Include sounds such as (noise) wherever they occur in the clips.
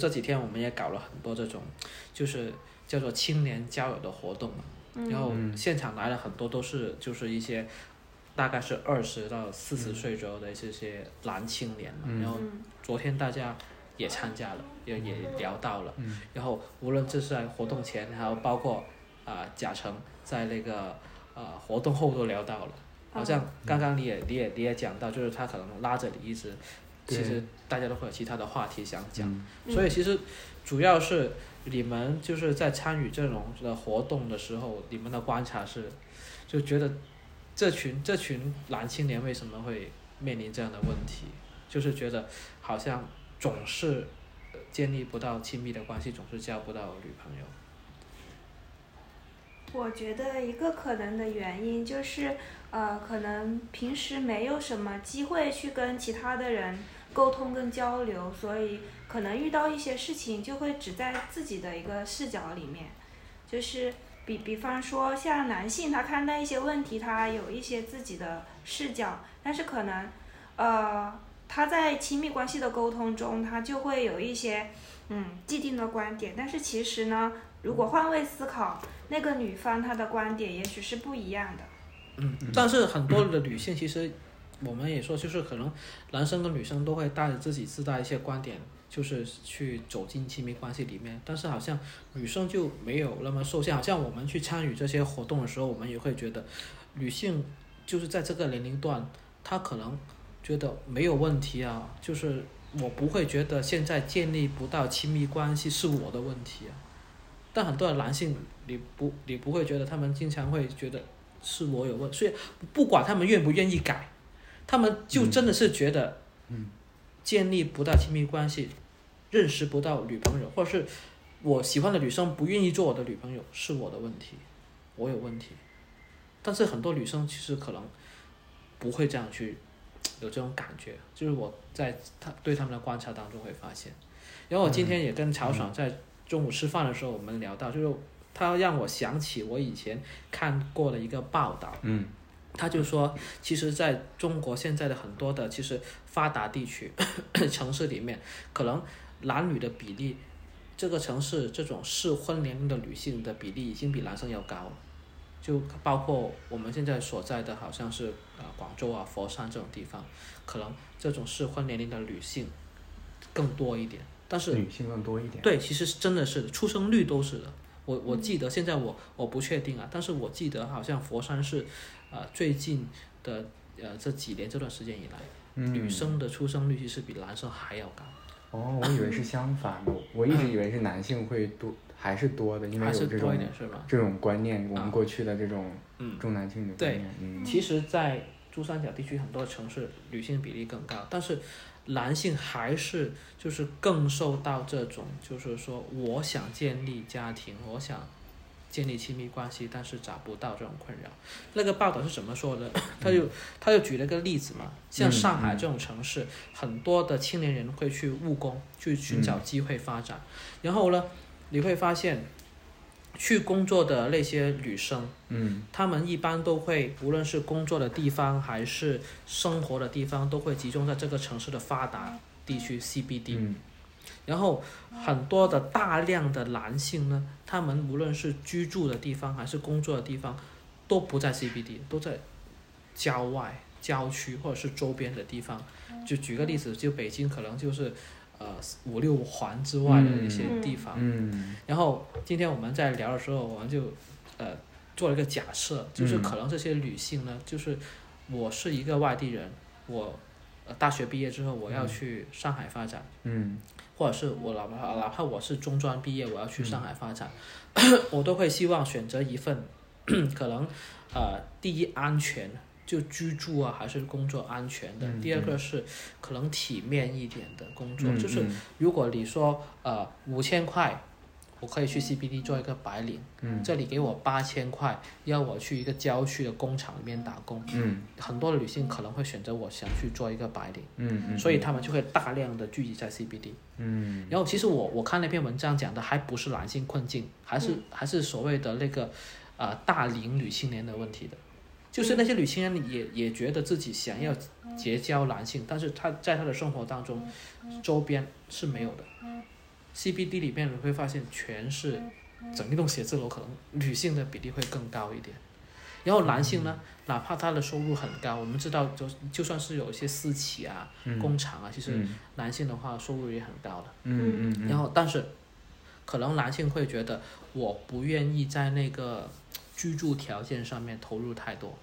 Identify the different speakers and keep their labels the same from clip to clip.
Speaker 1: 这几天我们也搞了很多这种，就是叫做青年交友的活动嘛。
Speaker 2: 嗯
Speaker 1: 然后现场来了很多都是就是一些大概是二十到四十岁左右的这些男青年嘛。
Speaker 2: 嗯
Speaker 1: 然后昨天大家也参加了，也也聊到了。然后无论这是在活动前，还有包括啊、贾成在那个呃活动后都聊到了。好像刚刚你也你也你也讲到，就是他可能拉着你一直，
Speaker 2: 对
Speaker 1: 其实大家都会有其他的话题想讲，
Speaker 3: 嗯
Speaker 1: 所以其实主要是你们就是在参与这种的活动的时候，你们的观察是，就觉得这群这群男青年为什么会面临这样的问题，就是觉得好像总是呃建立不到亲密的关系，总是交不到女朋友。
Speaker 3: 我觉得一个可能的原因就是，呃，可能平时没有什么机会去跟其他的人沟通跟交流，所以可能遇到一些事情就会只在自己的一个视角里面，就是比比方说像男性他看待一些问题，他有一些自己的视角，但是可能，呃，他在亲密关系的沟通中，他就会有一些嗯既定的观点，但是其实呢，如果换位思考。那个女方她的观点也许是不一样的。
Speaker 1: 但是很多的女性其实，我们也说，就是可能男生跟女生都会带着自己自带一些观点，就是去走进亲密关系里面。但是好像女生就没有那么受限，好像我们去参与这些活动的时候，我们也会觉得，女性就是在这个年龄段，她可能觉得没有问题啊，就是我不会觉得现在建立不到亲密关系是我的问题啊。但很多的男性，你不你不会觉得他们经常会觉得是我有问，所以不管他们愿不愿意改，他们就真的是觉得，建立不到亲密关系，认识不到女朋友，或者是我喜欢的女生不愿意做我的女朋友，是我的问题，我有问题。但是很多女生其实可能不会这样去有这种感觉，就是我在他对他们的观察当中会发现。然后我今天也跟曹爽在中午吃饭的时候，我们聊到，就是他让我想起我以前看过的一个报道，
Speaker 2: 嗯，
Speaker 1: 他就说，其实在中国现在的很多的其实发达地区 (coughs) 城市里面，可能男女的比例，这个城市这种适婚年龄的女性的比例已经比男生要高了。就包括我们现在所在的，好像是呃广州啊、佛山这种地方，可能这种适婚年龄的女性更多一点。但是
Speaker 2: 女性更多一点。
Speaker 1: 对，其实是真的是的出生率都是的。我我记得现在我我不确定啊，但是我记得好像佛山是，呃，最近的呃这几年这段时间以来，
Speaker 2: 嗯
Speaker 1: 女生的出生率其实比男生还要高，
Speaker 2: 哦，我以为是相反的，我一直以为是男性会多，还是多的，因为
Speaker 1: 还是
Speaker 2: 有这
Speaker 1: 多一
Speaker 2: 种
Speaker 1: 点是吗？
Speaker 2: 这种观念，我
Speaker 1: 啊
Speaker 2: 们过去的这种
Speaker 1: 嗯
Speaker 2: 重男轻女的
Speaker 1: 对
Speaker 2: 观念，嗯，
Speaker 1: 其实，在珠三角地区很多城市，女性比例更高，但是男性还是就是更受到这种，就是说我想建立家庭，我想建立亲密关系，但是找不到这种困扰。那个报道是怎么说的？他就他就举了个例子嘛，像
Speaker 2: 嗯
Speaker 1: 上海这种城市，很多的青年人会去务工，去寻找机会发展，然后呢，你会发现。去工作的那些女生，
Speaker 2: 嗯
Speaker 1: 他们一般都会，无论是工作的地方还是生活的地方，都会集中在这个城市的发达地区 CBD。
Speaker 2: 嗯
Speaker 1: 然后很多的大量的男性呢，他们无论是居住的地方还是工作的地方，都不在 CBD，都在郊外、郊区或者是周边的地方。就举个例子，就北京可能就是，呃，五六环之外的一些
Speaker 3: 嗯
Speaker 1: 地方。
Speaker 2: 嗯
Speaker 1: 然后今天我们在聊的时候，我们就呃做了一个假设，就是
Speaker 2: 嗯
Speaker 1: 可能这些女性呢，就是我是一个外地人，我呃大学毕业之后我要去上海发展，
Speaker 2: 嗯
Speaker 1: 或者是我哪怕哪怕我是中专毕业，我要去
Speaker 2: 嗯
Speaker 1: 上海发展， (coughs) 我都会希望选择一份可能呃第一安全。就居住啊，还是工作安全的。
Speaker 2: 嗯
Speaker 1: 第二个是可能体面一点的工作，
Speaker 2: 嗯，
Speaker 1: 就是如果你说呃五千块，我可以去 CBD 做一个白领，
Speaker 2: 嗯
Speaker 1: 这里给我八千块，要我去一个郊区的工厂里面打工，
Speaker 2: 嗯
Speaker 1: 很多的女性可能会选择我想去做一个白领，
Speaker 2: 嗯嗯，
Speaker 1: 所以她们就会大量的聚集在 CBD。
Speaker 2: 嗯
Speaker 1: 然后其实我我看那篇文章讲的还不是男性困境，还是、还是所谓的那个呃大龄女青年的问题的，就是那些女青年也也觉得自己想要结交男性，但是她在她的生活当中周边是没有的， CBD 里面你会发现全是整一栋写字楼，可能女性的比例会更高一点。然后男性呢，哪怕他的收入很高，我们知道就就算是有一些私企啊、工厂啊，其实
Speaker 2: 嗯
Speaker 1: 男性的话收入也很高的。
Speaker 2: 嗯嗯
Speaker 1: 然后但是，可能男性会觉得我不愿意在那个居住条件上面投入太多，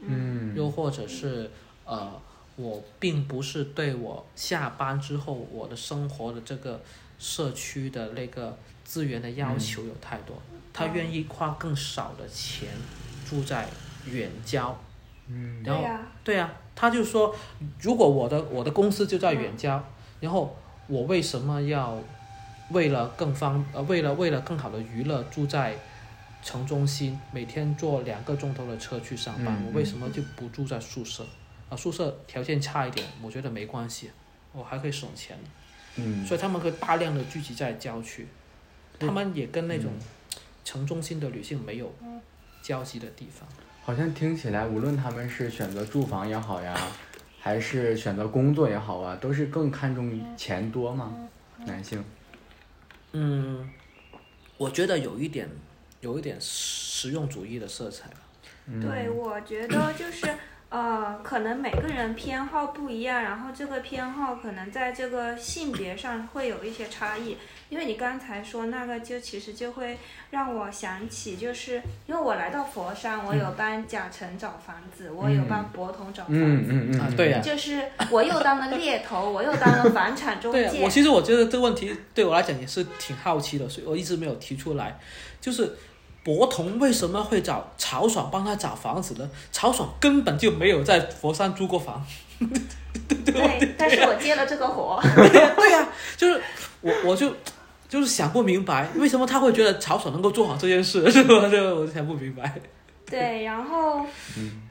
Speaker 2: 嗯
Speaker 1: 又或者是呃，我并不是对我下班之后我的生活的这个社区的那个资源的
Speaker 2: 嗯
Speaker 1: 要求有太多，他愿意花更少的钱住在远郊，
Speaker 2: 嗯
Speaker 1: 然
Speaker 3: 对
Speaker 1: 后
Speaker 3: 呀、
Speaker 1: 对啊，他就说，如果我的我的公司就在远郊，然后我为什么要为了更方呃为了为了更好的娱乐住在城中心，每天坐两个钟头的车去上班，
Speaker 2: 嗯
Speaker 1: 我为什么就不住在宿舍？啊，宿舍条件差一点，我觉得没关系，我还可以省钱。
Speaker 2: 嗯
Speaker 1: 所以他们会大量的聚集在郊区，他们也跟那种
Speaker 2: 嗯
Speaker 1: 城中心的女性没有交集的地方。
Speaker 2: 好像听起来，无论他们是选择住房也好呀，还是选择工作也好啊，都是更看重钱多吗？男性，
Speaker 1: 嗯，我觉得有一点，有一点实用主义的色彩吧。
Speaker 2: 嗯
Speaker 3: 对，我觉得就是呃，可能每个人偏好不一样，然后这个偏好可能在这个性别上会有一些差异。因为你刚才说那个，就其实就会让我想起，就是因为我来到佛山，我有帮甲辰找房子，我有帮博统找房
Speaker 2: 嗯
Speaker 3: 子，
Speaker 2: 嗯
Speaker 1: 啊
Speaker 2: 嗯，
Speaker 1: 对呀
Speaker 3: 就是我又当了猎头，我又当了房产中
Speaker 1: 对啊，
Speaker 3: 介
Speaker 1: 我，其实我觉得这个问题对我来讲也是挺好奇的，所以我一直没有提出来。就是博同为什么会找曹爽帮他找房子呢？曹爽根本就没有在佛山租过
Speaker 3: (laughs)
Speaker 1: 房。
Speaker 3: 对，但是我接了这个活。啊
Speaker 1: (laughs) 对呀、就是我我就就是想不明白，为什么他会觉得曹爽能够做好这件事， (laughs) 是吧？这个我就想不明白。
Speaker 3: 对，然后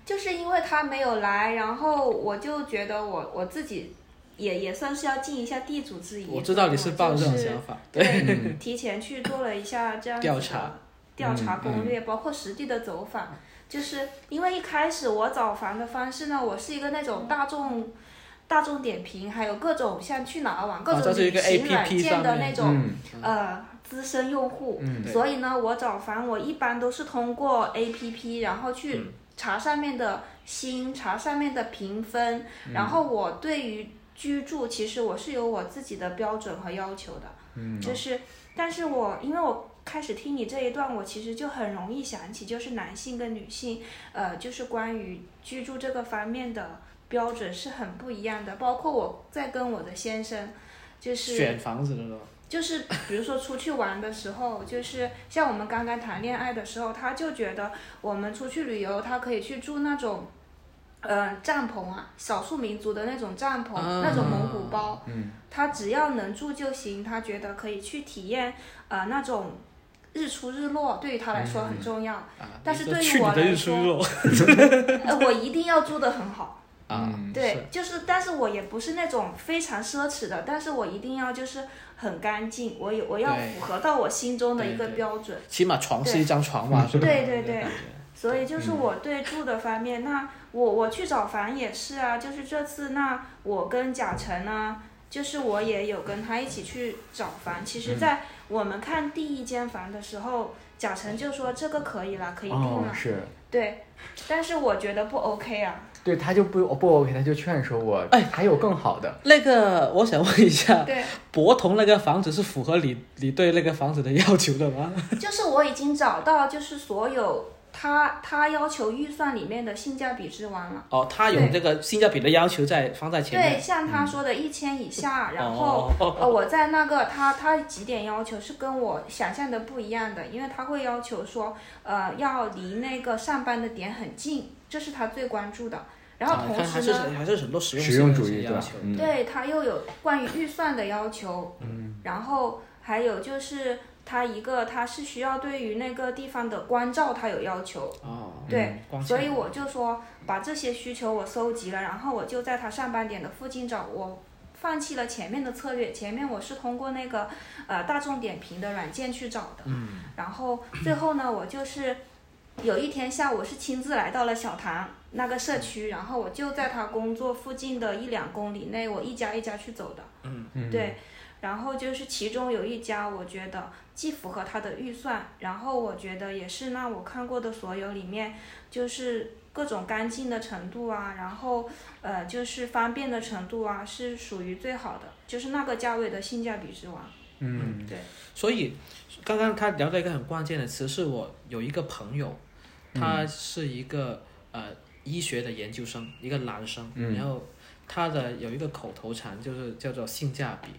Speaker 3: 就是因为他没有来，然后我就觉得我我自己也也算是要尽一下地主之谊。
Speaker 1: 我知道你是抱着这
Speaker 3: 所以
Speaker 1: 种
Speaker 3: 我就是
Speaker 1: 想法，
Speaker 3: 对，提前去做了一下这样子的
Speaker 1: 调查
Speaker 3: 调查攻
Speaker 1: 嗯
Speaker 3: 略，包括实地的走访。就是因为一开始我找房的方式呢，我是一个那种大众大众点评，还有各种像去哪儿网、各
Speaker 1: 啊这
Speaker 3: 种
Speaker 1: 是一
Speaker 3: 旅
Speaker 1: 个
Speaker 3: 行
Speaker 1: APP
Speaker 3: 软件的
Speaker 1: 上
Speaker 3: 那
Speaker 1: 面
Speaker 3: 种、
Speaker 2: 嗯
Speaker 3: 呃资深用户。
Speaker 2: 嗯
Speaker 1: 对
Speaker 3: 所以呢，我找房我一般都是通过 A P P，然后去
Speaker 2: 嗯
Speaker 3: 查上面的星，查上面的评分，
Speaker 2: 嗯
Speaker 3: 然后我对于居住其实我是有我自己的标准和要求的，
Speaker 2: 嗯
Speaker 3: 就是，但是我因为我开始听你这一段，我其实就很容易想起就是男性跟女性，呃，就是关于居住这个方面的标准是很不一样的，包括我在跟我的先生。就是
Speaker 1: 选房子的时候。
Speaker 3: 就是比如说出去玩的时候，就是像我们刚刚谈恋爱的时候，他就觉得我们出去旅游，他可以去住那种，呃，帐篷啊，少数民族的那种帐篷，
Speaker 1: 啊
Speaker 3: 那种蒙古包，
Speaker 2: 嗯
Speaker 3: 他只要能住就行，他觉得可以去体验，呃，那种日出日落，对于他来说很重要。
Speaker 1: 啊
Speaker 3: 但是
Speaker 1: 你说
Speaker 3: 对于
Speaker 1: 去
Speaker 3: 我
Speaker 1: 你的
Speaker 3: 来
Speaker 1: 日出
Speaker 3: 说
Speaker 1: 日落
Speaker 3: 呃，我一定要住得很好。
Speaker 1: 啊，
Speaker 2: 嗯
Speaker 3: 对，就是，但是我也不是那种非常奢侈的，但是我一定要就是很干净，我有我要
Speaker 1: 对
Speaker 3: 符合到我心中的一个
Speaker 1: 对对
Speaker 3: 标准，
Speaker 1: 起码床是一张床嘛，是吧？
Speaker 3: 对对对
Speaker 1: 感觉
Speaker 3: 所以
Speaker 1: 嗯
Speaker 3: 就是我对住的方面，那我我去找房也是啊，就是这次那我跟贾晨呢，就是我也有跟他一起去找房，其
Speaker 1: 嗯
Speaker 3: 实，在我们看第一间房的时候，贾晨就说这个可以了，可以定
Speaker 2: 哦
Speaker 3: 了，
Speaker 2: 是，
Speaker 3: 对，但是我觉得不 OK 啊，
Speaker 2: 对，他就不不 OK，他就劝说我，
Speaker 1: 哎
Speaker 2: 还有更好的，
Speaker 1: 那个，我想问一下， (laughs)
Speaker 3: 对。
Speaker 1: 博同那个房子是符合你你对那个房子的要求的吗？
Speaker 3: 就是我已经找到，就是所有他他要求预算里面的性价比之王了。
Speaker 1: 哦，他有
Speaker 3: 对
Speaker 1: 这个性价比的要求在放在前
Speaker 3: 对，
Speaker 1: 面。嗯
Speaker 3: 像他说的一千以下，啊然后
Speaker 1: 哦哦
Speaker 3: 呃，我在那个他他几点要求是跟我想象的不一样的，因为他会要求说，呃，要离那个上班的点很近，这是他最关注的。然后
Speaker 1: 啊
Speaker 3: 同
Speaker 1: 看还
Speaker 3: 时
Speaker 1: 是
Speaker 3: 呢，
Speaker 1: 还是很多实用
Speaker 2: 实用
Speaker 1: 性
Speaker 2: 主
Speaker 1: 的一些
Speaker 2: 义对
Speaker 1: 要
Speaker 2: 吧
Speaker 1: 求？
Speaker 2: 嗯，
Speaker 3: 对他又有关于预算的要求，嗯，然后还有就是他一个他是需要对于那个地方的关照，他有要求，
Speaker 1: 哦，
Speaker 3: 对
Speaker 1: 光线
Speaker 3: 所以我就说把这些需求我搜集了，然后我就在他上班点的附近找我。放弃了前面的策略，前面我是通过那个呃大众点评的软件去找的，嗯、然后最后呢，我就是有一天下午是亲自来到了小唐那个社区，然后我就在他工作附近的一两公里内，我一家一家去走的，嗯，对，然后就是其中有一家，我觉得既符合他的预算，然后我觉得也是让我看过的所有里面，就是各种干净的程度啊，然后呃就是方便的程度啊，是属于最好的，就是那个价位的性价比之王。
Speaker 2: 嗯，
Speaker 3: 对，
Speaker 1: 所以刚刚他聊到一个很关键的词，是我有一个朋友，
Speaker 2: 嗯
Speaker 1: 他是一个、呃医学的研究生，一个男生，
Speaker 2: 嗯
Speaker 1: 然后他的有一个口头禅就是叫做性价比，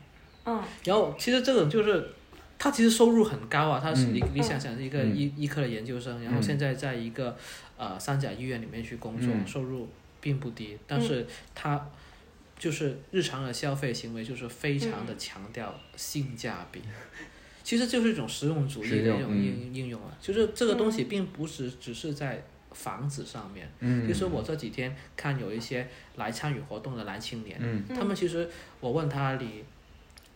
Speaker 3: 嗯，
Speaker 1: 然后其实这种就是。他其实收入很高啊，他是
Speaker 2: 嗯
Speaker 1: 你、你想想是一个
Speaker 2: 嗯
Speaker 1: 医、医科的研究生，然后
Speaker 2: 嗯
Speaker 1: 现在在一个呃三甲医院里面去工作，
Speaker 2: 嗯
Speaker 1: 收入并不低，但是他就是日常的消费行为就是非常的强调性价比，其实就是一种实用主义的
Speaker 2: 实
Speaker 1: 一
Speaker 2: 用嗯
Speaker 1: 种应、应用啊，就是这个东
Speaker 3: 嗯
Speaker 1: 西并不是只是在房子上面，
Speaker 2: 嗯，
Speaker 1: 其实我这几天看有一些来参与活动的男青年，
Speaker 2: 嗯
Speaker 1: 他们其实我问他你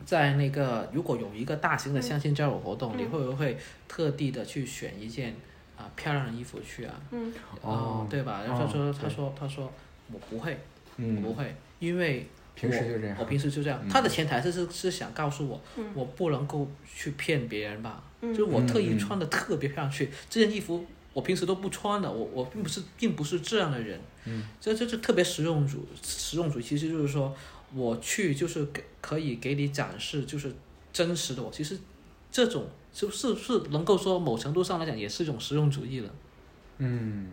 Speaker 1: 在那个如果有一个大型的相亲交友活动，
Speaker 3: 嗯
Speaker 1: 你会不会特地的去选一件啊、漂亮的衣服去啊？
Speaker 3: 嗯
Speaker 2: 哦
Speaker 1: 对吧？然后他
Speaker 2: 哦
Speaker 1: 说、
Speaker 2: 对
Speaker 1: 他说他说我不会，我不
Speaker 2: 嗯，
Speaker 1: 会，因为
Speaker 2: 平时就这
Speaker 1: 我
Speaker 2: 样，
Speaker 1: 平时就这样。
Speaker 2: 嗯
Speaker 1: 他的潜台词是是想告诉我，
Speaker 3: 嗯
Speaker 1: 我不能够去骗别人吧？
Speaker 3: 嗯
Speaker 1: 就是我特
Speaker 2: 嗯
Speaker 1: 意
Speaker 2: 嗯
Speaker 1: 穿的特别漂亮去，这件衣服我平时都不穿的，我我并不是并不是这样的人。
Speaker 2: 嗯，
Speaker 1: 这这这特别实用主实用主义，其实就是说我去就是给可以给你展示就是真实的我。其实这种是不是是能够说某程度上来讲也是一种实用主义了。
Speaker 2: 嗯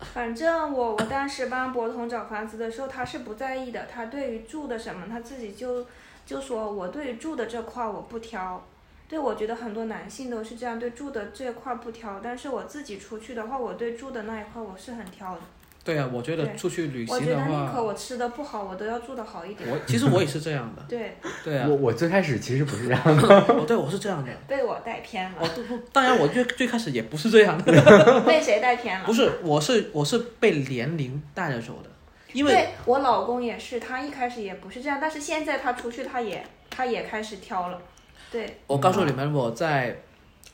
Speaker 3: 反正我我当时帮博彤找房子的时候，他是不在意的。他对于住的什么，他自己就就说我对于住的这块我不挑。对，我觉得很多男性都是这样，对住的这块不挑。但是我自己出去的话，我对住的那一块我是很挑的。
Speaker 1: 对啊，我觉得
Speaker 3: 对
Speaker 1: 出去旅
Speaker 3: 我
Speaker 1: 行
Speaker 3: 觉
Speaker 1: 的
Speaker 3: 得宁可
Speaker 1: 话，
Speaker 3: 我吃的不好，我都要住的好一点。
Speaker 1: 我其实我也是这样
Speaker 3: (laughs)
Speaker 1: 的。
Speaker 3: 对，
Speaker 1: 对啊
Speaker 2: (laughs) 我，我最开始其实不是这样的，
Speaker 1: 我对我是这样的。
Speaker 3: 被我带偏了，
Speaker 1: 我都不，当然我最最开始也不是这样的，
Speaker 3: (laughs) 被谁带偏
Speaker 1: (laughs)
Speaker 3: 了
Speaker 1: 不？是，我是我是被年龄带着走的，因为
Speaker 3: 对我老公也是，他一开始也不是这样，但是现在他出去，他也他也开始挑了。对，
Speaker 1: 我告诉你们，我在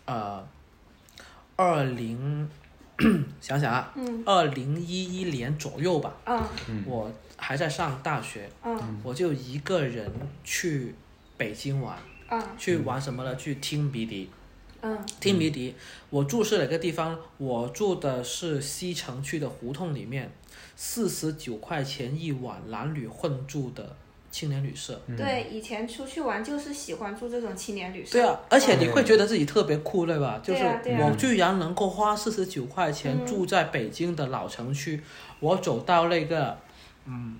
Speaker 1: 呃二零 (coughs) 想想啊，
Speaker 3: 嗯
Speaker 1: 二零一一年左右吧，
Speaker 3: 嗯
Speaker 2: 嗯
Speaker 1: 我还在上大学，
Speaker 3: 嗯
Speaker 1: 我就一个人去北京玩，
Speaker 3: 嗯
Speaker 1: 去玩什么呢？去听迷笛。
Speaker 3: 嗯
Speaker 1: 听迷笛，我住是哪个地方？我住的是西城区的胡同里面，四十九块钱一晚，男女混住的青年旅社。
Speaker 2: 嗯，
Speaker 3: (laughs) 对，以前出去玩就是喜欢住这种青年旅社。
Speaker 1: 对啊，而且你
Speaker 2: 对
Speaker 1: 会觉得自己特别酷，对吧？就是
Speaker 3: 对啊对啊
Speaker 1: 我居然能够花四十九块钱
Speaker 3: 嗯
Speaker 1: 住在北京的老城区，我走到那个嗯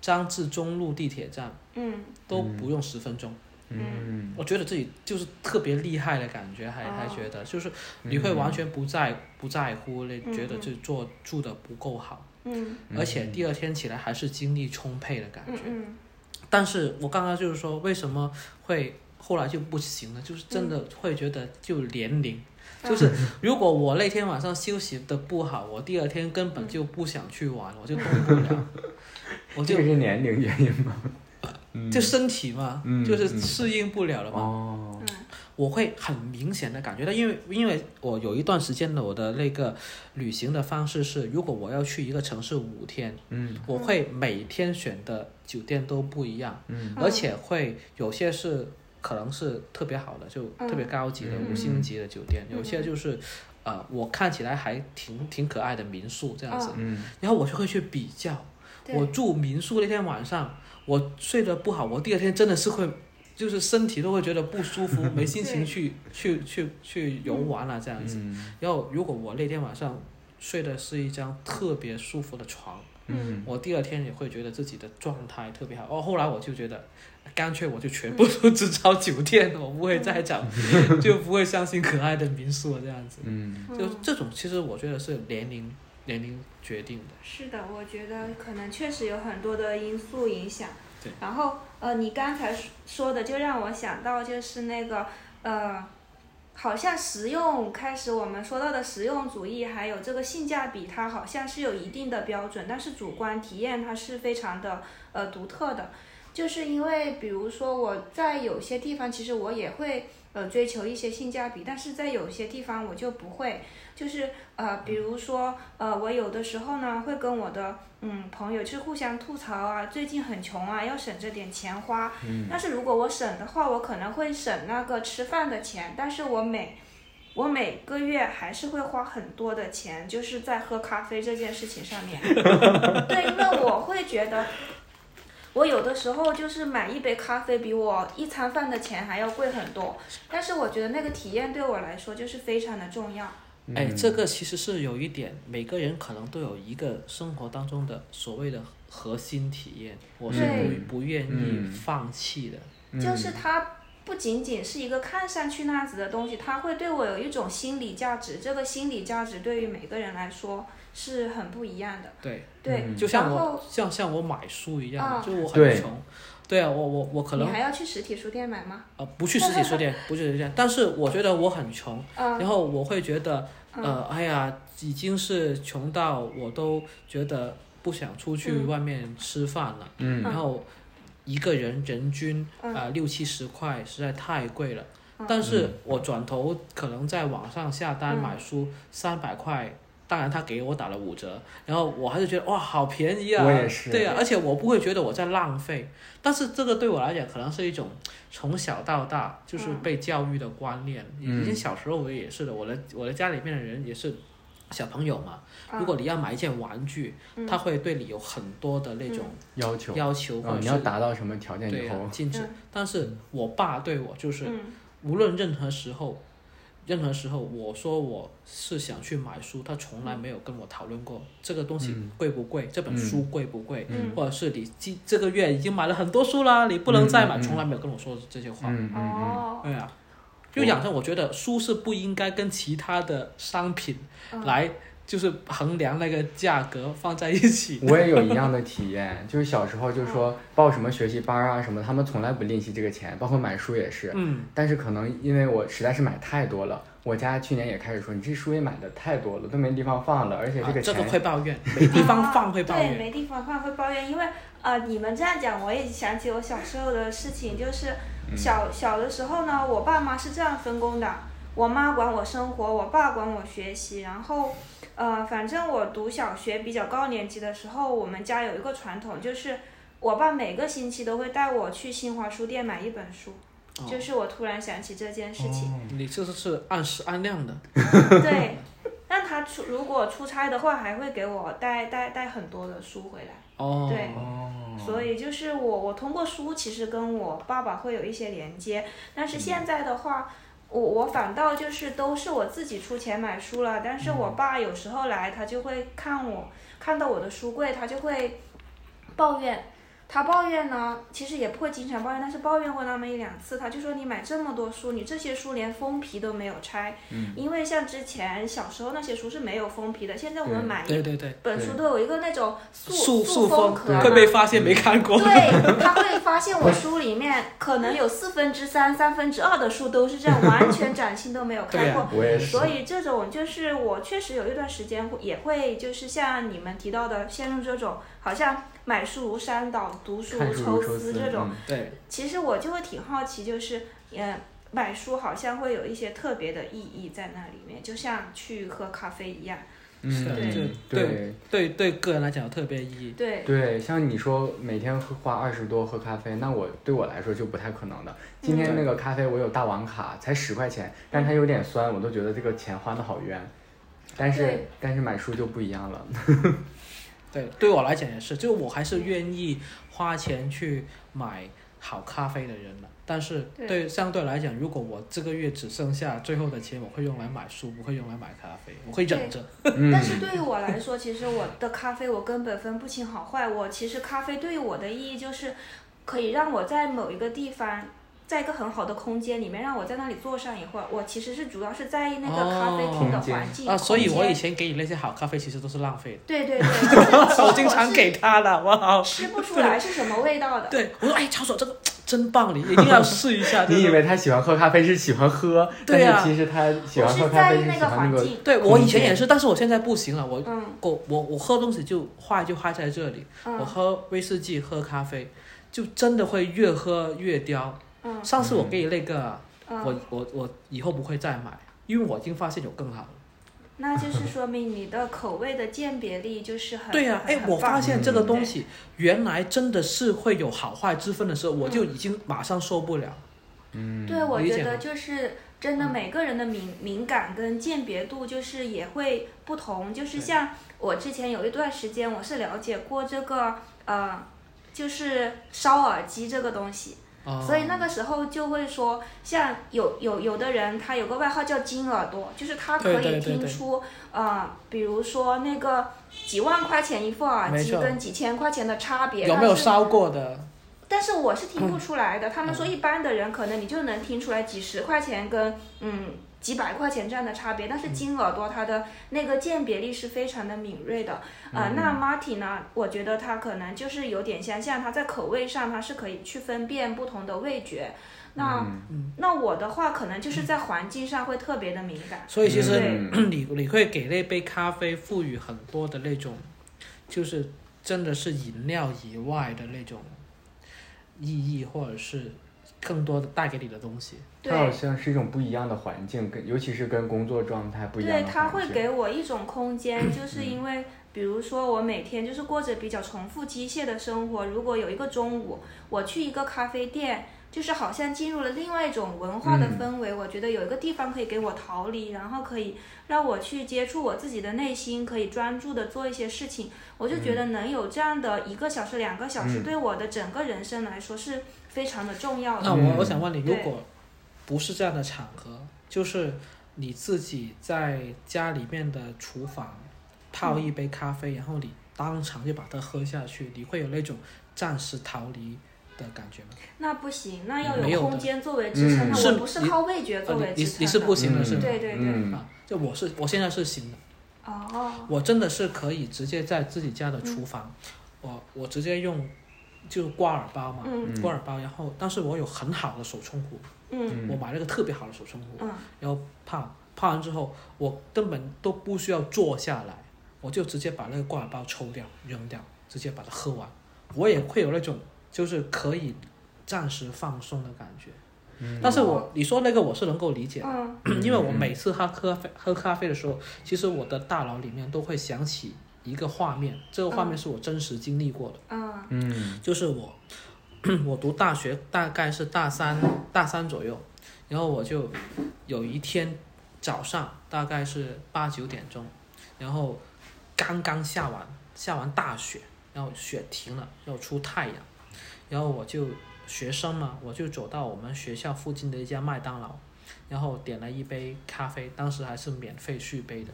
Speaker 1: 张自忠路地铁站
Speaker 3: 嗯，
Speaker 1: 都不用十分钟。
Speaker 2: 嗯
Speaker 1: 我觉得自己就是特别厉害的感觉，还、
Speaker 3: 哦
Speaker 1: 还觉得就是你会完全不在、不在乎，你
Speaker 3: 嗯
Speaker 1: 觉得就做住的不够好，
Speaker 3: 嗯
Speaker 1: 而且第二天起来还是精力充沛的感觉。
Speaker 3: 嗯嗯
Speaker 1: 但是我刚刚就是说，为什么会后来就不行了？就是真的会觉得就年龄，
Speaker 3: 嗯
Speaker 1: 就是如果我那天晚上休息的不好，我第二天根本就不想去玩，我就动不了，我
Speaker 2: 这
Speaker 1: 就
Speaker 2: 个是年龄原因吗？嗯
Speaker 1: 就身体嘛，
Speaker 2: 嗯
Speaker 1: 就是
Speaker 2: 嗯
Speaker 1: 适应不了了嘛。
Speaker 2: 哦，
Speaker 1: 我会很明显的感觉到，因为因为我有一段时间的我的那个旅行的方式是，如果我要去一个城市五天，
Speaker 2: 嗯
Speaker 1: 我会每天选的酒店都不一样，
Speaker 2: 嗯
Speaker 1: 而且会有些是可能是特别好的，就特别高级的、
Speaker 2: 嗯
Speaker 1: 五星级的酒店，
Speaker 3: 嗯
Speaker 1: 有些就是。呃，我看起来还挺挺可爱的民宿这样子，
Speaker 2: 嗯
Speaker 1: 然后我就会去比较。
Speaker 3: 对
Speaker 1: 我住民宿那天晚上，我睡得不好，我第二天真的是会，就是身体都会觉得不舒服，没心情
Speaker 3: 对
Speaker 1: 去去去去游玩了、这样子。
Speaker 2: 嗯
Speaker 1: 然后如果我那天晚上睡的是一张特别舒服的床，
Speaker 2: 嗯，
Speaker 1: 我第二天也会觉得自己的状态特别好。哦，后来我就觉得，干脆我就全部都只找酒店，我不会再
Speaker 2: (laughs)
Speaker 1: 找，就不会相信可爱的民宿了这样子。
Speaker 2: 嗯
Speaker 1: 就
Speaker 3: 嗯，
Speaker 1: 这种，其实我觉得是年龄年龄决定的。
Speaker 3: 是的，我觉得可能确实有很多的因素影响。
Speaker 1: 对。
Speaker 3: 然后呃，你刚才说说的就让我想到就是那个呃。好像实用开始，我们说到的实用主义，还有这个性价比，它好像是有一定的标准，但是主观体验它是非常的呃独特的。就是因为比如说我在有些地方，其实我也会呃追求一些性价比，但是在有些地方我就不会，就是呃，比如说呃，我有的时候呢会跟我的嗯朋友去互相吐槽啊，最近很穷啊，要省这点钱花。嗯、但是如果我省的话，我可能会省那个吃饭的钱，但是我每我每个月还是会花很多的钱，就是在喝咖啡这件事情上面。对，因为我会觉得，我有的时候就是买一杯咖啡比我一餐饭的钱还要贵很多，但是我觉得那个体验对我来说就是非常的重要。
Speaker 2: 嗯
Speaker 1: 哎，这个其实是有一点，每个人可能都有一个生活当中的所谓的核心体验，我是
Speaker 3: 对
Speaker 1: 不不愿意
Speaker 2: 嗯
Speaker 1: 放弃的。
Speaker 3: 就是它不仅仅是一个看上去那样子的东西，它会对我有一种心理价值，这个心理价值对于每个人来说是很不一样的。
Speaker 1: 对，
Speaker 3: 对，
Speaker 2: 嗯
Speaker 1: 就像
Speaker 3: 然后
Speaker 1: 我像像我买书一样，
Speaker 3: 啊
Speaker 1: 就我很
Speaker 2: 对
Speaker 1: 穷，对啊，我我我可
Speaker 3: 你
Speaker 1: 能
Speaker 3: 还要去实体书店买吗？
Speaker 1: 呃不去实体书店，不去实体书店，但是我觉得我很穷，
Speaker 3: 嗯
Speaker 1: 然后我会觉得
Speaker 3: 嗯
Speaker 1: 呃哎呀，已经是穷到我都觉得不想出去
Speaker 3: 嗯
Speaker 1: 外面吃饭了，
Speaker 2: 嗯
Speaker 1: 然后一个人人均
Speaker 3: 嗯
Speaker 1: 啊六七十块实在太贵了
Speaker 3: 嗯。
Speaker 1: 但是我转头可能在网上下单
Speaker 3: 嗯
Speaker 1: 买书三百块，当然他给我打了五折，然后我还是觉得哇好便宜啊！
Speaker 2: 我也是
Speaker 1: 对啊，而且我不会觉得我在浪费，但是这个对我来讲可能是一种从小到大就是
Speaker 3: 嗯
Speaker 1: 被教育的观念。
Speaker 2: 嗯
Speaker 1: 以前小时候我也是的，我的我的家里面的人也是小朋友嘛，
Speaker 3: 嗯
Speaker 1: 如果你要买一件玩具，
Speaker 3: 嗯
Speaker 1: 他会对你有很多的那种
Speaker 2: 要求，
Speaker 1: 要求，或
Speaker 2: 哦，
Speaker 1: 者
Speaker 2: 你
Speaker 1: 是
Speaker 2: 要达到什么条件
Speaker 1: 对
Speaker 2: 以
Speaker 1: 呀、
Speaker 2: 后，
Speaker 1: 禁止。
Speaker 3: 嗯
Speaker 1: 但是我爸对我就是，
Speaker 3: 嗯
Speaker 1: 无论任何时候，任何时候，我说我是想去买书，他从
Speaker 3: 嗯
Speaker 1: 来没有跟我讨论过这个东西
Speaker 2: 嗯
Speaker 1: 贵不贵，这本书贵不贵，
Speaker 3: 嗯
Speaker 1: 或者是你今这个月已经买了很多书啦，你不能再买，
Speaker 2: 嗯嗯嗯
Speaker 1: 从来没有跟我说这些话。
Speaker 2: 嗯嗯嗯，
Speaker 3: 哦，
Speaker 1: 对啊，就养成我觉得书是不应该跟其他的商品
Speaker 3: 嗯
Speaker 1: 来就是衡量那个价格放在一起。
Speaker 2: 我也有一样的体验，就是小时候就说报什么学习班啊什么，他们从来不吝惜这个钱，包括买书也是。
Speaker 1: 嗯，
Speaker 2: 但是可能因为我实在是买太多了，我家去年也开始说你这书也买的太多了，都没地方放了，而且
Speaker 1: 啊
Speaker 2: 这个
Speaker 1: 这
Speaker 2: 钱，
Speaker 1: 个会抱怨，没地方放会抱
Speaker 3: 对，
Speaker 1: 怨。
Speaker 3: 没地方放会抱怨，因为呃，你们这样讲，我也想起我小时候的事情，就是小、小的时候呢，我爸妈是这样分工的，我妈管我生活，我爸管我学习，然后呃，反正我读小学比较高年级的时候，我们家有一个传统，就是我爸每个星期都会带我去新华书店买一本书，
Speaker 1: 哦
Speaker 3: 就是我突然想起这件事情。
Speaker 1: 你这个是按时按量的，
Speaker 3: 对， (laughs) 但他出如果出差的话，还会给我带带带很多的书回来。
Speaker 1: 哦，
Speaker 3: 对
Speaker 2: 哦，
Speaker 3: 所以就是我，我通过书其实跟我爸爸会有一些连接，但是现在的话，我我反倒就是都是我自己出钱买书了，但是我爸有时候来，他就会看我看到我的书柜，他就会抱怨。他抱怨呢，其实也不会经常抱怨，但是抱怨过那么一两次，他就说你买这么多书，你这些书连封皮都没有拆，因为像之前小时候那些书是没有封皮的，现在我们
Speaker 2: 对
Speaker 3: 买一
Speaker 1: 对对对。
Speaker 3: 本书都有一个那种塑
Speaker 1: 塑塑
Speaker 3: 封
Speaker 1: 封
Speaker 3: 壳嘛，
Speaker 1: 会被发现没看过。 (laughs)
Speaker 3: 对，他会发现我书里面可能有四分之三、三分之二的书都是这样，完全崭新都没有
Speaker 1: 对
Speaker 3: 看
Speaker 1: 呀。，
Speaker 3: 过
Speaker 2: 啊我也是
Speaker 3: 所以这种就是我确实有一段时间会也会就是像你们提到的陷入这种好像买书如山倒、读书
Speaker 2: 看
Speaker 3: 如
Speaker 2: 书如
Speaker 3: 抽
Speaker 2: 抽
Speaker 3: 丝这种，
Speaker 2: 嗯
Speaker 1: 对，
Speaker 3: 其实我就会挺好奇，就是嗯，买书好像会有一些特别的意义在那里面，就像去喝咖啡一样。
Speaker 1: 是的
Speaker 2: 嗯
Speaker 1: 就
Speaker 2: 对
Speaker 1: 对对，个人来讲有特别
Speaker 2: 嗯
Speaker 1: 意义。
Speaker 3: 对，
Speaker 2: 对，像你说每天喝花二十多喝咖啡，那我对我来说就不太可能的。今天那个咖啡我有大王卡，才十块钱，但它有点酸，我都觉得这个钱花的好冤。但是
Speaker 3: 对
Speaker 2: 但是买书就不一样了，
Speaker 1: 对，对我来讲也是，就我还是愿意花钱去买好咖啡的人了。但是
Speaker 3: 对
Speaker 1: 对相对来讲，如果我这个月只剩下最后的钱，我会用来买书，不会用来买咖啡，我会忍着。
Speaker 2: 嗯
Speaker 3: 但是对于我来说，其实我的咖啡我根本分不清好坏。我其实咖啡对于我的意义就是，可以让我在某一个地方，在一个很好的空间里面，让我在那里坐上一会儿。我其实是主要是在意那个咖啡厅的
Speaker 2: 哦
Speaker 3: 环境、
Speaker 1: 啊，所以
Speaker 3: 空
Speaker 1: 我
Speaker 3: 间
Speaker 1: 以前给你那些好咖啡，其实都是浪费的。(laughs)
Speaker 3: 对对对，就是其实
Speaker 1: 我经常
Speaker 3: 是
Speaker 1: 给他的，好不好？
Speaker 3: 吃不出来是什么味道的。
Speaker 1: 对，我说哎，曹所这个真棒，你一定要试一
Speaker 2: (laughs)
Speaker 1: 下。
Speaker 2: 你以
Speaker 1: 真的
Speaker 2: 为他喜欢喝咖啡是喜欢喝，
Speaker 1: 对呀
Speaker 2: 但是其实他 (laughs) 喜
Speaker 3: 我
Speaker 2: 欢喝
Speaker 3: 啊是
Speaker 2: 咖
Speaker 3: 在
Speaker 2: 啡
Speaker 3: 意
Speaker 2: 是
Speaker 3: 那
Speaker 2: 喜
Speaker 3: 个
Speaker 2: 欢
Speaker 3: 环
Speaker 2: 那个，
Speaker 3: 境，
Speaker 1: 对我以前
Speaker 2: 空间
Speaker 1: 也是，但是我现在不行了，我
Speaker 3: 嗯
Speaker 1: 我我我喝东西就坏就坏在这里，
Speaker 3: 嗯
Speaker 1: 我喝威士忌喝咖啡，就真的会越喝越刁。
Speaker 3: 嗯
Speaker 1: 上次我给你那个，
Speaker 3: 嗯，
Speaker 1: 我我我以后不会再买，因为我已经发现有更好的。
Speaker 3: 那就是说明你的口味的鉴别力就是很
Speaker 1: 对呀、
Speaker 3: 很
Speaker 1: 哎，
Speaker 3: 很
Speaker 1: 我发
Speaker 3: 棒
Speaker 1: 现这个东
Speaker 3: 嗯对
Speaker 1: 西原来真的是会有好坏之分的时候，我
Speaker 3: 嗯
Speaker 1: 就已经马上受不了。
Speaker 3: 对，我
Speaker 1: 嗯理
Speaker 3: 觉
Speaker 1: 解嗯
Speaker 3: 得
Speaker 1: 吗
Speaker 3: 就是真的，每个人的敏敏感跟鉴别度就是也会不同。就是
Speaker 1: 对
Speaker 3: 像我之前有一段时间，我是了解过这个呃，就是烧耳机这个东西，
Speaker 1: 哦
Speaker 3: 所以那个时候就会说，像有有有的人他有个外号叫金耳朵，就是他可
Speaker 1: 对对对
Speaker 3: 以听
Speaker 1: 对
Speaker 3: 出呃，比如说那个几万块钱一副耳
Speaker 1: 没
Speaker 3: 机
Speaker 1: 错
Speaker 3: 跟几千块钱的差别，
Speaker 1: 有
Speaker 3: 但
Speaker 1: 没有
Speaker 3: 是
Speaker 1: 烧过的？
Speaker 3: 但是我是听不出来的。他们说一般的人可能你就能听出来几十块钱跟嗯几百块钱这样的差别，但是金耳朵它的那个鉴别力是非常的敏锐的。呃，那 Marty 呢，我觉得他可能就是有点像，像他在口味上他是可以去分辨不同的味觉。那、那我的话可能就是在环境上会特别的敏感。
Speaker 1: 所以其实 (clears throat)
Speaker 3: 嗯
Speaker 1: 你你会给那杯咖啡赋予很多的那种，就是真的是饮料以外的那种意义，或者是更多的带给你的东西。
Speaker 3: 对
Speaker 2: 它好像是一种不一样的环境，跟尤其是跟工作状态不一样
Speaker 3: 对，
Speaker 2: 的
Speaker 3: 它
Speaker 2: 环
Speaker 3: 会
Speaker 2: 境
Speaker 3: 给我一种空间，就是
Speaker 1: 嗯
Speaker 3: 因为，比如说我每天就是过着比较重复机械的生活，如果有一个中午我去一个咖啡店，就是好像进入了另外一种文化的
Speaker 1: 嗯
Speaker 3: 氛围。我觉得有一个地方可以给我逃离，然后可以让我去接触我自己的内心，可以专注的做一些事情。我就觉
Speaker 1: 嗯
Speaker 3: 得能有这样的一个小时、两个小时，
Speaker 2: 嗯
Speaker 3: 对我的整个人生来说是非常的重要
Speaker 1: 那
Speaker 3: 的。嗯
Speaker 1: 我我想问你，如
Speaker 3: 对
Speaker 1: 果不是这样的场合，就是你自己在家里面的厨房
Speaker 3: 嗯
Speaker 1: 泡一杯咖啡，然后你当场就把它喝下去，你会有那种暂时逃离的感觉吗？
Speaker 3: 那不行，那要
Speaker 1: 嗯没有
Speaker 3: 有
Speaker 1: 的
Speaker 3: 空间作为支
Speaker 2: 嗯
Speaker 3: 撑。那
Speaker 1: 是
Speaker 3: 我不是
Speaker 1: 你
Speaker 3: 靠味觉作
Speaker 1: 呃，
Speaker 3: 为
Speaker 1: 你
Speaker 3: 支
Speaker 1: 你
Speaker 3: 撑的。
Speaker 1: 你是不行的，是吗？
Speaker 3: 对对对
Speaker 2: 嗯
Speaker 1: 啊，就我是我现在是行的。
Speaker 3: 哦，
Speaker 1: 我真的是可以直接在自己家的厨房，我我直接用就是挂耳包嘛，
Speaker 3: 嗯
Speaker 1: 挂耳包，然后但是我有很好的手冲壶，
Speaker 3: 嗯
Speaker 2: 嗯
Speaker 1: 我买了个特别好的手冲壶，
Speaker 3: 嗯
Speaker 1: 然后泡泡完之后，我根本都不需要坐下来，我就直接把那个挂耳包抽掉扔掉，直接把它喝完，我也会有那种就是可以暂时放松的感觉。但是我你说那个我是能够理解的，
Speaker 3: 嗯
Speaker 1: 因为我每次喝咖啡喝咖啡的时候，其实我的大脑里面都会想起一个画面，这个画面是我真实经历过的，
Speaker 3: 嗯
Speaker 2: 嗯
Speaker 1: 就是我 (clears throat) 我读大学大概是大三大三左右，然后我就有一天早上大概是八九点钟，然后刚刚下完下完大雪，然后雪停了，要出太阳，然后我就学生嘛，我就走到我们学校附近的一家麦当劳，然后点了一杯咖啡，当时还是免费续杯的。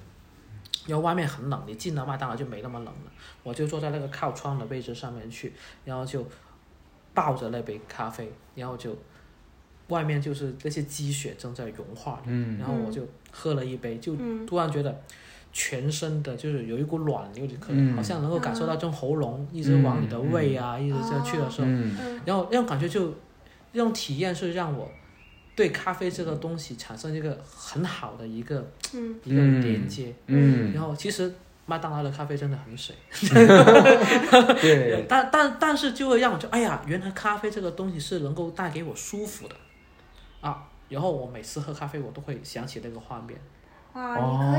Speaker 1: 然后外面很冷，你进了麦当劳就没那么冷了。我就坐在那个靠窗的位置上面去，然后就抱着那杯咖啡，然后就外面就是那些积雪正在融化的，
Speaker 2: 嗯
Speaker 1: 然后我就喝了一杯，就
Speaker 3: 嗯
Speaker 1: 突然觉得全身的就是有一股暖流，你可
Speaker 2: 嗯
Speaker 1: 好像能够感受到从喉咙一直往你的胃啊，一直在去的时候，
Speaker 2: 嗯
Speaker 3: 嗯
Speaker 1: 然后那种感觉就那种体验是让我对咖啡这个东西产生一个很好的一个
Speaker 3: 嗯，
Speaker 1: 一个
Speaker 2: 嗯
Speaker 1: 连接。
Speaker 2: 嗯，
Speaker 1: 然后其实麦当劳的咖啡真的很水，
Speaker 3: 嗯
Speaker 2: 对，
Speaker 1: 但但但是就会让我就哎呀，原来咖啡这个东西是能够带给我舒服的啊。然后我每次喝咖啡，我都会想起那个画面。
Speaker 3: 啊，
Speaker 2: 哦
Speaker 3: 你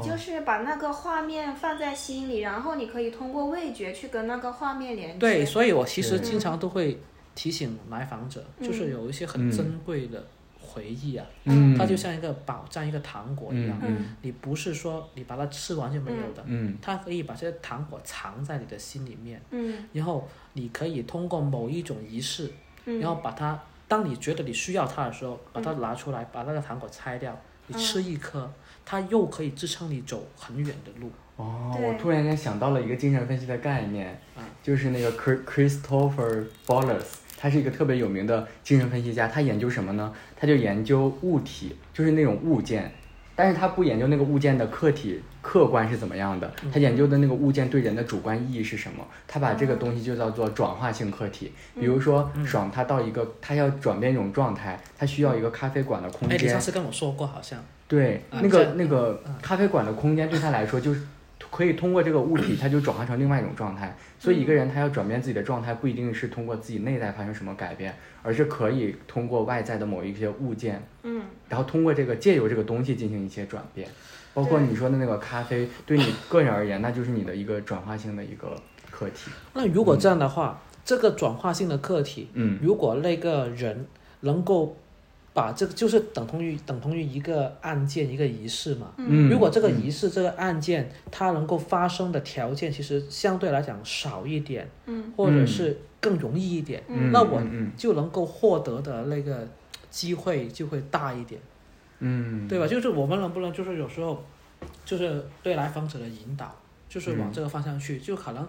Speaker 3: 可以就是把那个画面放在心里，然后你可以通过味觉去跟那个画面连接。
Speaker 1: 对，所以我其实
Speaker 2: 对
Speaker 1: 经常都会提醒来访者，
Speaker 3: 嗯
Speaker 1: 就是有一些很珍贵的回忆啊，
Speaker 2: 嗯，
Speaker 1: 它就像一个宝藏、一个糖果一样，
Speaker 3: 嗯
Speaker 1: 你不是说你把它吃完就没有的，
Speaker 2: 嗯
Speaker 1: 它可以把这些糖果藏在你的心里面，
Speaker 3: 嗯
Speaker 1: 然后你可以通过某一种仪式，
Speaker 3: 嗯，
Speaker 1: 然后把它，当你觉得你需要它的时候，把它拿出来，把那个糖果拆掉，
Speaker 3: 嗯
Speaker 1: 你吃一颗，它又可以支撑你走很远的路。
Speaker 2: 哦，
Speaker 3: 对
Speaker 2: 我突然间想到了一个精神分析的概念
Speaker 1: 嗯，
Speaker 2: 就是那个 Chris- Christopher Bollers，他是一个特别有名的精神分析家。他研究什么呢？他就研究物体，就是那种物件，但是他不研究那个物件的客体客观是怎么样的，
Speaker 1: 嗯
Speaker 2: 他研究的那个物件对人的主观意义是什么。他把这个东西就叫做转化性客体。比如说
Speaker 1: 嗯
Speaker 2: 爽，他到一个他要转变一种状态，他需要一个咖啡馆的空
Speaker 1: 哎，你
Speaker 2: 间
Speaker 1: 上。次跟我说过，好像
Speaker 2: 对，
Speaker 1: 啊
Speaker 2: 那个
Speaker 1: 这
Speaker 2: 那个咖啡馆的空间对他来说就是可以通过这个物体，它就转化成另外一种状态。所以一个人他要转变自己的状态，不一定是通过自己内在发生什么改变，而是可以通过外在的某一些物件，
Speaker 3: 嗯，
Speaker 2: 然后通过这个借由这个东西进行一些转变。包括你说的那个咖啡，对你个人而言，那就是你的一个转化性的一个课题。
Speaker 1: 那如果这样的话，这个转化性的课题，
Speaker 2: 嗯，
Speaker 1: 如果那个人能够把这个，就是等同于等同于一个案件一个仪式嘛。
Speaker 2: 嗯，
Speaker 1: 如果这个
Speaker 2: 嗯
Speaker 1: 仪式、这个案件它能够发生的条件其实相对来讲少一点，
Speaker 3: 嗯，
Speaker 1: 或者是更容易一点，
Speaker 2: 嗯
Speaker 1: 那我
Speaker 2: 嗯嗯
Speaker 1: 就能够获得的那个机会就会大一点，
Speaker 2: 嗯，
Speaker 1: 对吧？就是我们能不能就是有时候就是对来访者的引导，就是往这个方向去，就可能。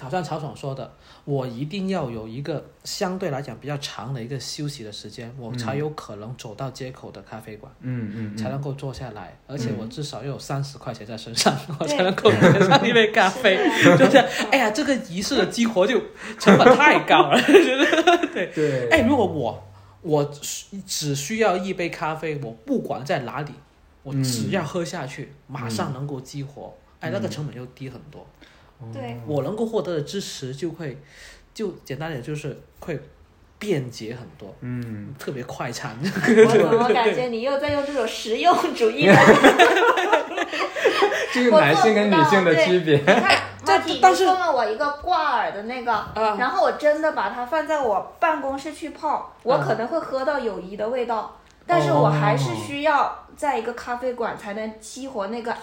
Speaker 1: 好像曹爽说的，我一定要有一个相对来讲比较长的一个休息的时间，我才有可能走到街口的咖啡馆。
Speaker 2: 嗯嗯，嗯嗯
Speaker 1: 才能够坐下来，而且我至少要有三十块钱在身上，我
Speaker 3: 对
Speaker 1: 才能够
Speaker 2: (laughs)
Speaker 1: 点上一杯咖啡。 (laughs) 就是，哎呀，这个仪式的激活就成本太高了。
Speaker 2: 对，
Speaker 1: 哎，如果我我只需要一杯咖啡，我不管在哪里，我只要喝下去，马上能够激活，哎，那个成本就低很多。
Speaker 3: 对
Speaker 1: 我能够获得的支持就会，就简单点就是会便捷很多，
Speaker 2: 嗯，
Speaker 1: 特别快餐。 (laughs)
Speaker 3: 我我感觉你又在用这种实用
Speaker 1: (laughs)
Speaker 3: 主义的，
Speaker 2: 这是男性跟女性的区别
Speaker 3: 你。看，
Speaker 1: 这
Speaker 3: 马体
Speaker 1: 但
Speaker 3: 你
Speaker 1: 是啊
Speaker 3: 送了我一个挂耳的那个，然后我真的把它放在我办公室去泡，我
Speaker 1: 嗯
Speaker 3: 可能会喝到友谊的味道，但是我还是需要在一个咖啡馆才能激活那个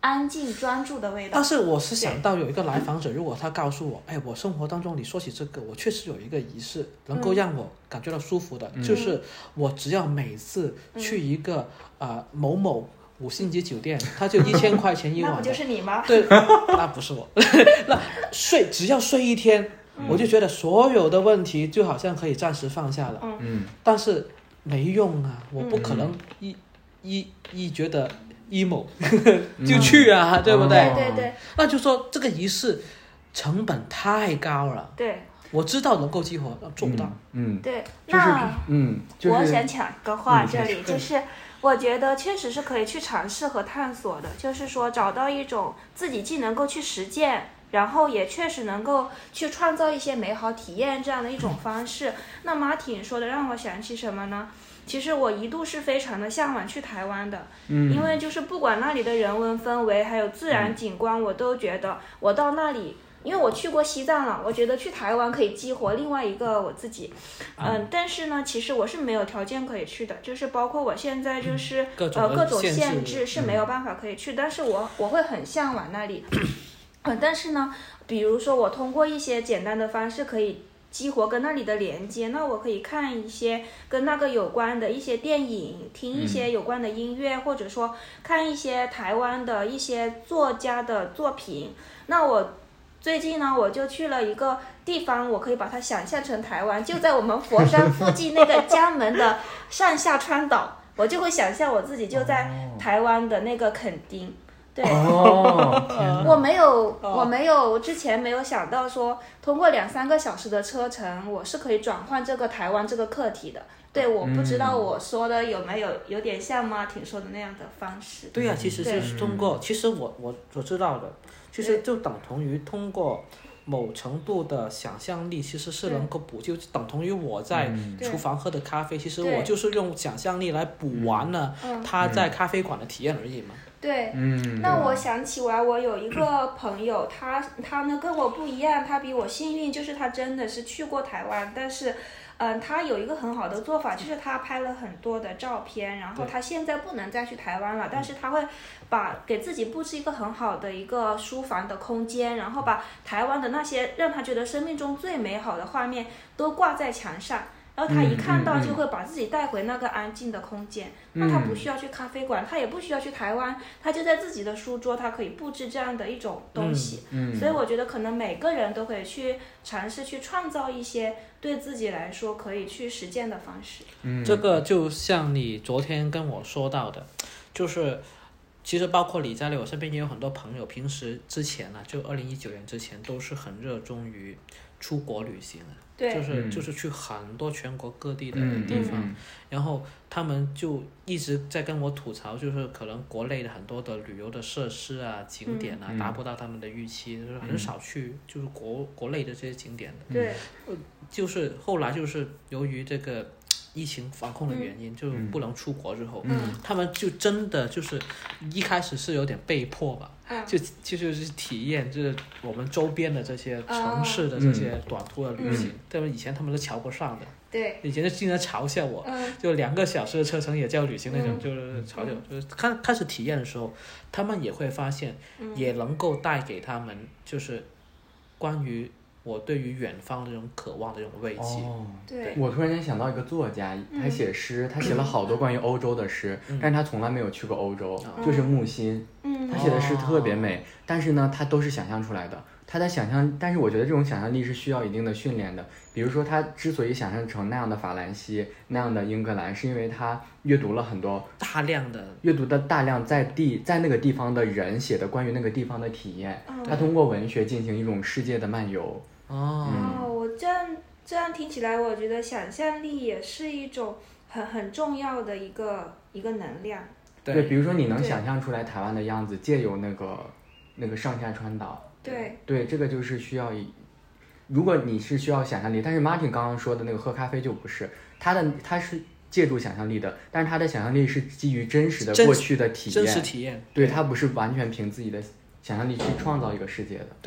Speaker 3: 安静专注的味道
Speaker 1: 但。是我是想到有一个来访者，如果他告诉我，
Speaker 3: 嗯
Speaker 1: 哎，我生活当中你说起这个，我确实有一个仪式能够让我感觉到舒服
Speaker 3: 嗯
Speaker 1: 的，就是我只要每次去一个
Speaker 3: 嗯
Speaker 1: 啊、呃某某五星级酒
Speaker 3: (laughs)
Speaker 1: 店，他就一千块钱一
Speaker 3: 那
Speaker 1: 晚
Speaker 3: 不
Speaker 1: 的
Speaker 3: 就，是你吗？
Speaker 1: 对， (laughs) 那不是我，那睡只要睡一天，
Speaker 3: 嗯
Speaker 1: 我就觉得所有的问题就好像可以暂时放下了，
Speaker 2: 嗯，
Speaker 1: 但是没用啊，我不可
Speaker 2: 嗯
Speaker 1: 能一、一一觉得 emo (laughs)
Speaker 3: 嗯
Speaker 1: 就去啊，对不对？
Speaker 3: 对对对
Speaker 1: 那就说这个仪式成本太高了，
Speaker 3: 对
Speaker 1: 我知道能够激活，做不到。
Speaker 2: 嗯，
Speaker 3: 对，
Speaker 2: 就是
Speaker 3: 那。
Speaker 2: 嗯，就
Speaker 3: 我
Speaker 2: 是
Speaker 3: 想讲个话，
Speaker 2: 嗯
Speaker 3: 这里就是我觉得确实是可以去尝试和探索的，就是说找到一种自己既能够去实践。然后也确实能够去创造一些美好体验这样的一
Speaker 2: 嗯
Speaker 3: 种方式。那马挺说的让我想起什么呢？其实我一度是非常的向往去台湾的，
Speaker 2: 嗯
Speaker 3: 因为就是不管那里的人文氛围还有自然景观，我都觉得我到那里，因为我去过西藏了，我觉得去台湾可以激活另外一个我自己。嗯，
Speaker 1: 啊
Speaker 3: 但是呢，其实我是没有条件可以去的，就是包括我现在就是、
Speaker 1: 嗯各种
Speaker 3: 呃
Speaker 1: 的
Speaker 3: 各种
Speaker 1: 限
Speaker 3: 限
Speaker 1: 制嗯
Speaker 3: 制是没有办法可以去，但是我我会很向往那里。嗯，但是呢，比如说我通过一些简单的方式可以激活跟那里的连接，那我可以看一些跟那个有关的一些电影，听一
Speaker 1: 嗯
Speaker 3: 些有关的音乐，或者说看一些台湾的一些作家的作品。那我最近呢，我就去了一个地方，我可以把它想象成台湾，就在我们佛山附近那个江门的上下川岛，我就会想象我自己就在台湾的那个垦丁。对，
Speaker 2: 哦，天
Speaker 3: 我没有，
Speaker 1: 哦
Speaker 3: 我没有之前没有想到说，通过两三个小时的车程，我是可以转换这个台湾这个课题的。对，我不知道我说的有没有有点像吗？挺说的那样的方式。
Speaker 1: 对呀、其实就是通过，其实我我我知道的，其实
Speaker 3: 对
Speaker 1: 就等同于通过某程度的想象力，其实是能够补，就等同于我 (laughs) 在
Speaker 3: 对
Speaker 1: 厨房喝的咖啡，其实
Speaker 3: 对
Speaker 1: 我就是用想象力来补完了
Speaker 3: 嗯
Speaker 1: 他在咖啡馆的体验而已嘛。
Speaker 3: 对，
Speaker 2: 嗯，
Speaker 3: 那我想起来，我有一个朋友，他他呢跟我不一样，他比我幸运，就是他真的是去过台湾，但是，嗯、他有一个很好的做法，就是他拍了很多的照片，然后他现在不能再去台湾了，但是他会把给自己布置一个很好的一个书房的空间，然后把台湾的那些让他觉得生命中最美好的画面都挂在墙上。然后他
Speaker 2: 嗯
Speaker 3: 一看到
Speaker 2: 嗯
Speaker 3: 就
Speaker 2: 嗯
Speaker 3: 会把自己带回那个安静的空间，那他不需要去咖啡馆，他也不需要去台湾，他就在自己的书桌，他可以布置这样的一种东西。
Speaker 2: 嗯
Speaker 3: 所以我觉得可能每个人都可以去尝试去创造一些对自己来说可以去实践的方式。
Speaker 2: 嗯
Speaker 1: 这个就像你昨天跟我说到的，就是其实包括你在内，我身边也有很多朋友，平时之前呢、就二零一九年之前都是很热衷于出国旅行啊，
Speaker 3: 对
Speaker 1: 就是
Speaker 2: 嗯
Speaker 1: 就是去很多全国各地的
Speaker 2: 嗯
Speaker 1: 地
Speaker 2: 嗯
Speaker 1: 方，
Speaker 2: 嗯，
Speaker 1: 然后他们就一直在跟我吐槽，就是可能国内的很多的旅游的设施啊、景点啊，
Speaker 2: 嗯
Speaker 1: 达不到他们的预期，就是很
Speaker 2: 嗯
Speaker 1: 少去就是国国内的这些景点的。
Speaker 3: 对，
Speaker 1: 就是后来就是由于这个疫情防控的原因，就不能出国之后，
Speaker 3: 嗯
Speaker 1: 他们就真的就是一开始是有点被迫吧，
Speaker 3: 嗯
Speaker 1: 就就就是体验就是我们周边的这些城市的这
Speaker 3: 嗯
Speaker 1: 些短途的旅行，他们以前他们都瞧不上的，
Speaker 3: 对，
Speaker 1: 以前就经常嘲笑我。
Speaker 3: 嗯
Speaker 1: 就两个小时的车程也叫旅行那种，
Speaker 3: 嗯
Speaker 1: 就是嘲笑，就是开开始体验的时候，他们也会发现，
Speaker 3: 嗯
Speaker 1: 也能够带给他们就是关于我对于远方的这种渴望的这种慰藉。
Speaker 2: 哦。
Speaker 3: 对，
Speaker 2: 我突然间想到一个作家，他
Speaker 3: 嗯
Speaker 2: 写诗，他写了好多关于欧洲的诗，
Speaker 1: 嗯
Speaker 2: 但是他从来没有去过欧洲，
Speaker 1: 哦
Speaker 2: 就是木心，
Speaker 3: 嗯
Speaker 2: 他写的诗特别美，但是呢，他都是想象出来的。他在想象，但是我觉得这种想象力是需要一定的训练的。比如说，他之所以想象成那样的法兰西、那样的英格兰，是因为他阅读了很多
Speaker 1: 大量的
Speaker 2: 阅读的大量在地在那个地方的人写的关于那个地方的体验。
Speaker 3: 嗯
Speaker 2: 他通过文学进行一种世界的漫游。
Speaker 1: 哦
Speaker 2: 嗯
Speaker 3: 哦，我这样这样听起来，我觉得想象力也是一种很很重要的一个一个能量。
Speaker 2: 对，比如说你能
Speaker 3: 对
Speaker 2: 想象出来台湾的样子，借由那个那个上下川岛，
Speaker 3: 对，
Speaker 2: 对，这个就是需要一，如果你是需要想象力，但是 Martin 刚刚说的那个喝咖啡就不是，他的他是借助想象力的，但是他的想象力是基于真实的
Speaker 1: 真实
Speaker 2: 过去的体
Speaker 1: 真实
Speaker 2: 验，
Speaker 1: 体验，
Speaker 2: 对他不是完全凭自己的想象力去创造一个世界的。
Speaker 1: 对，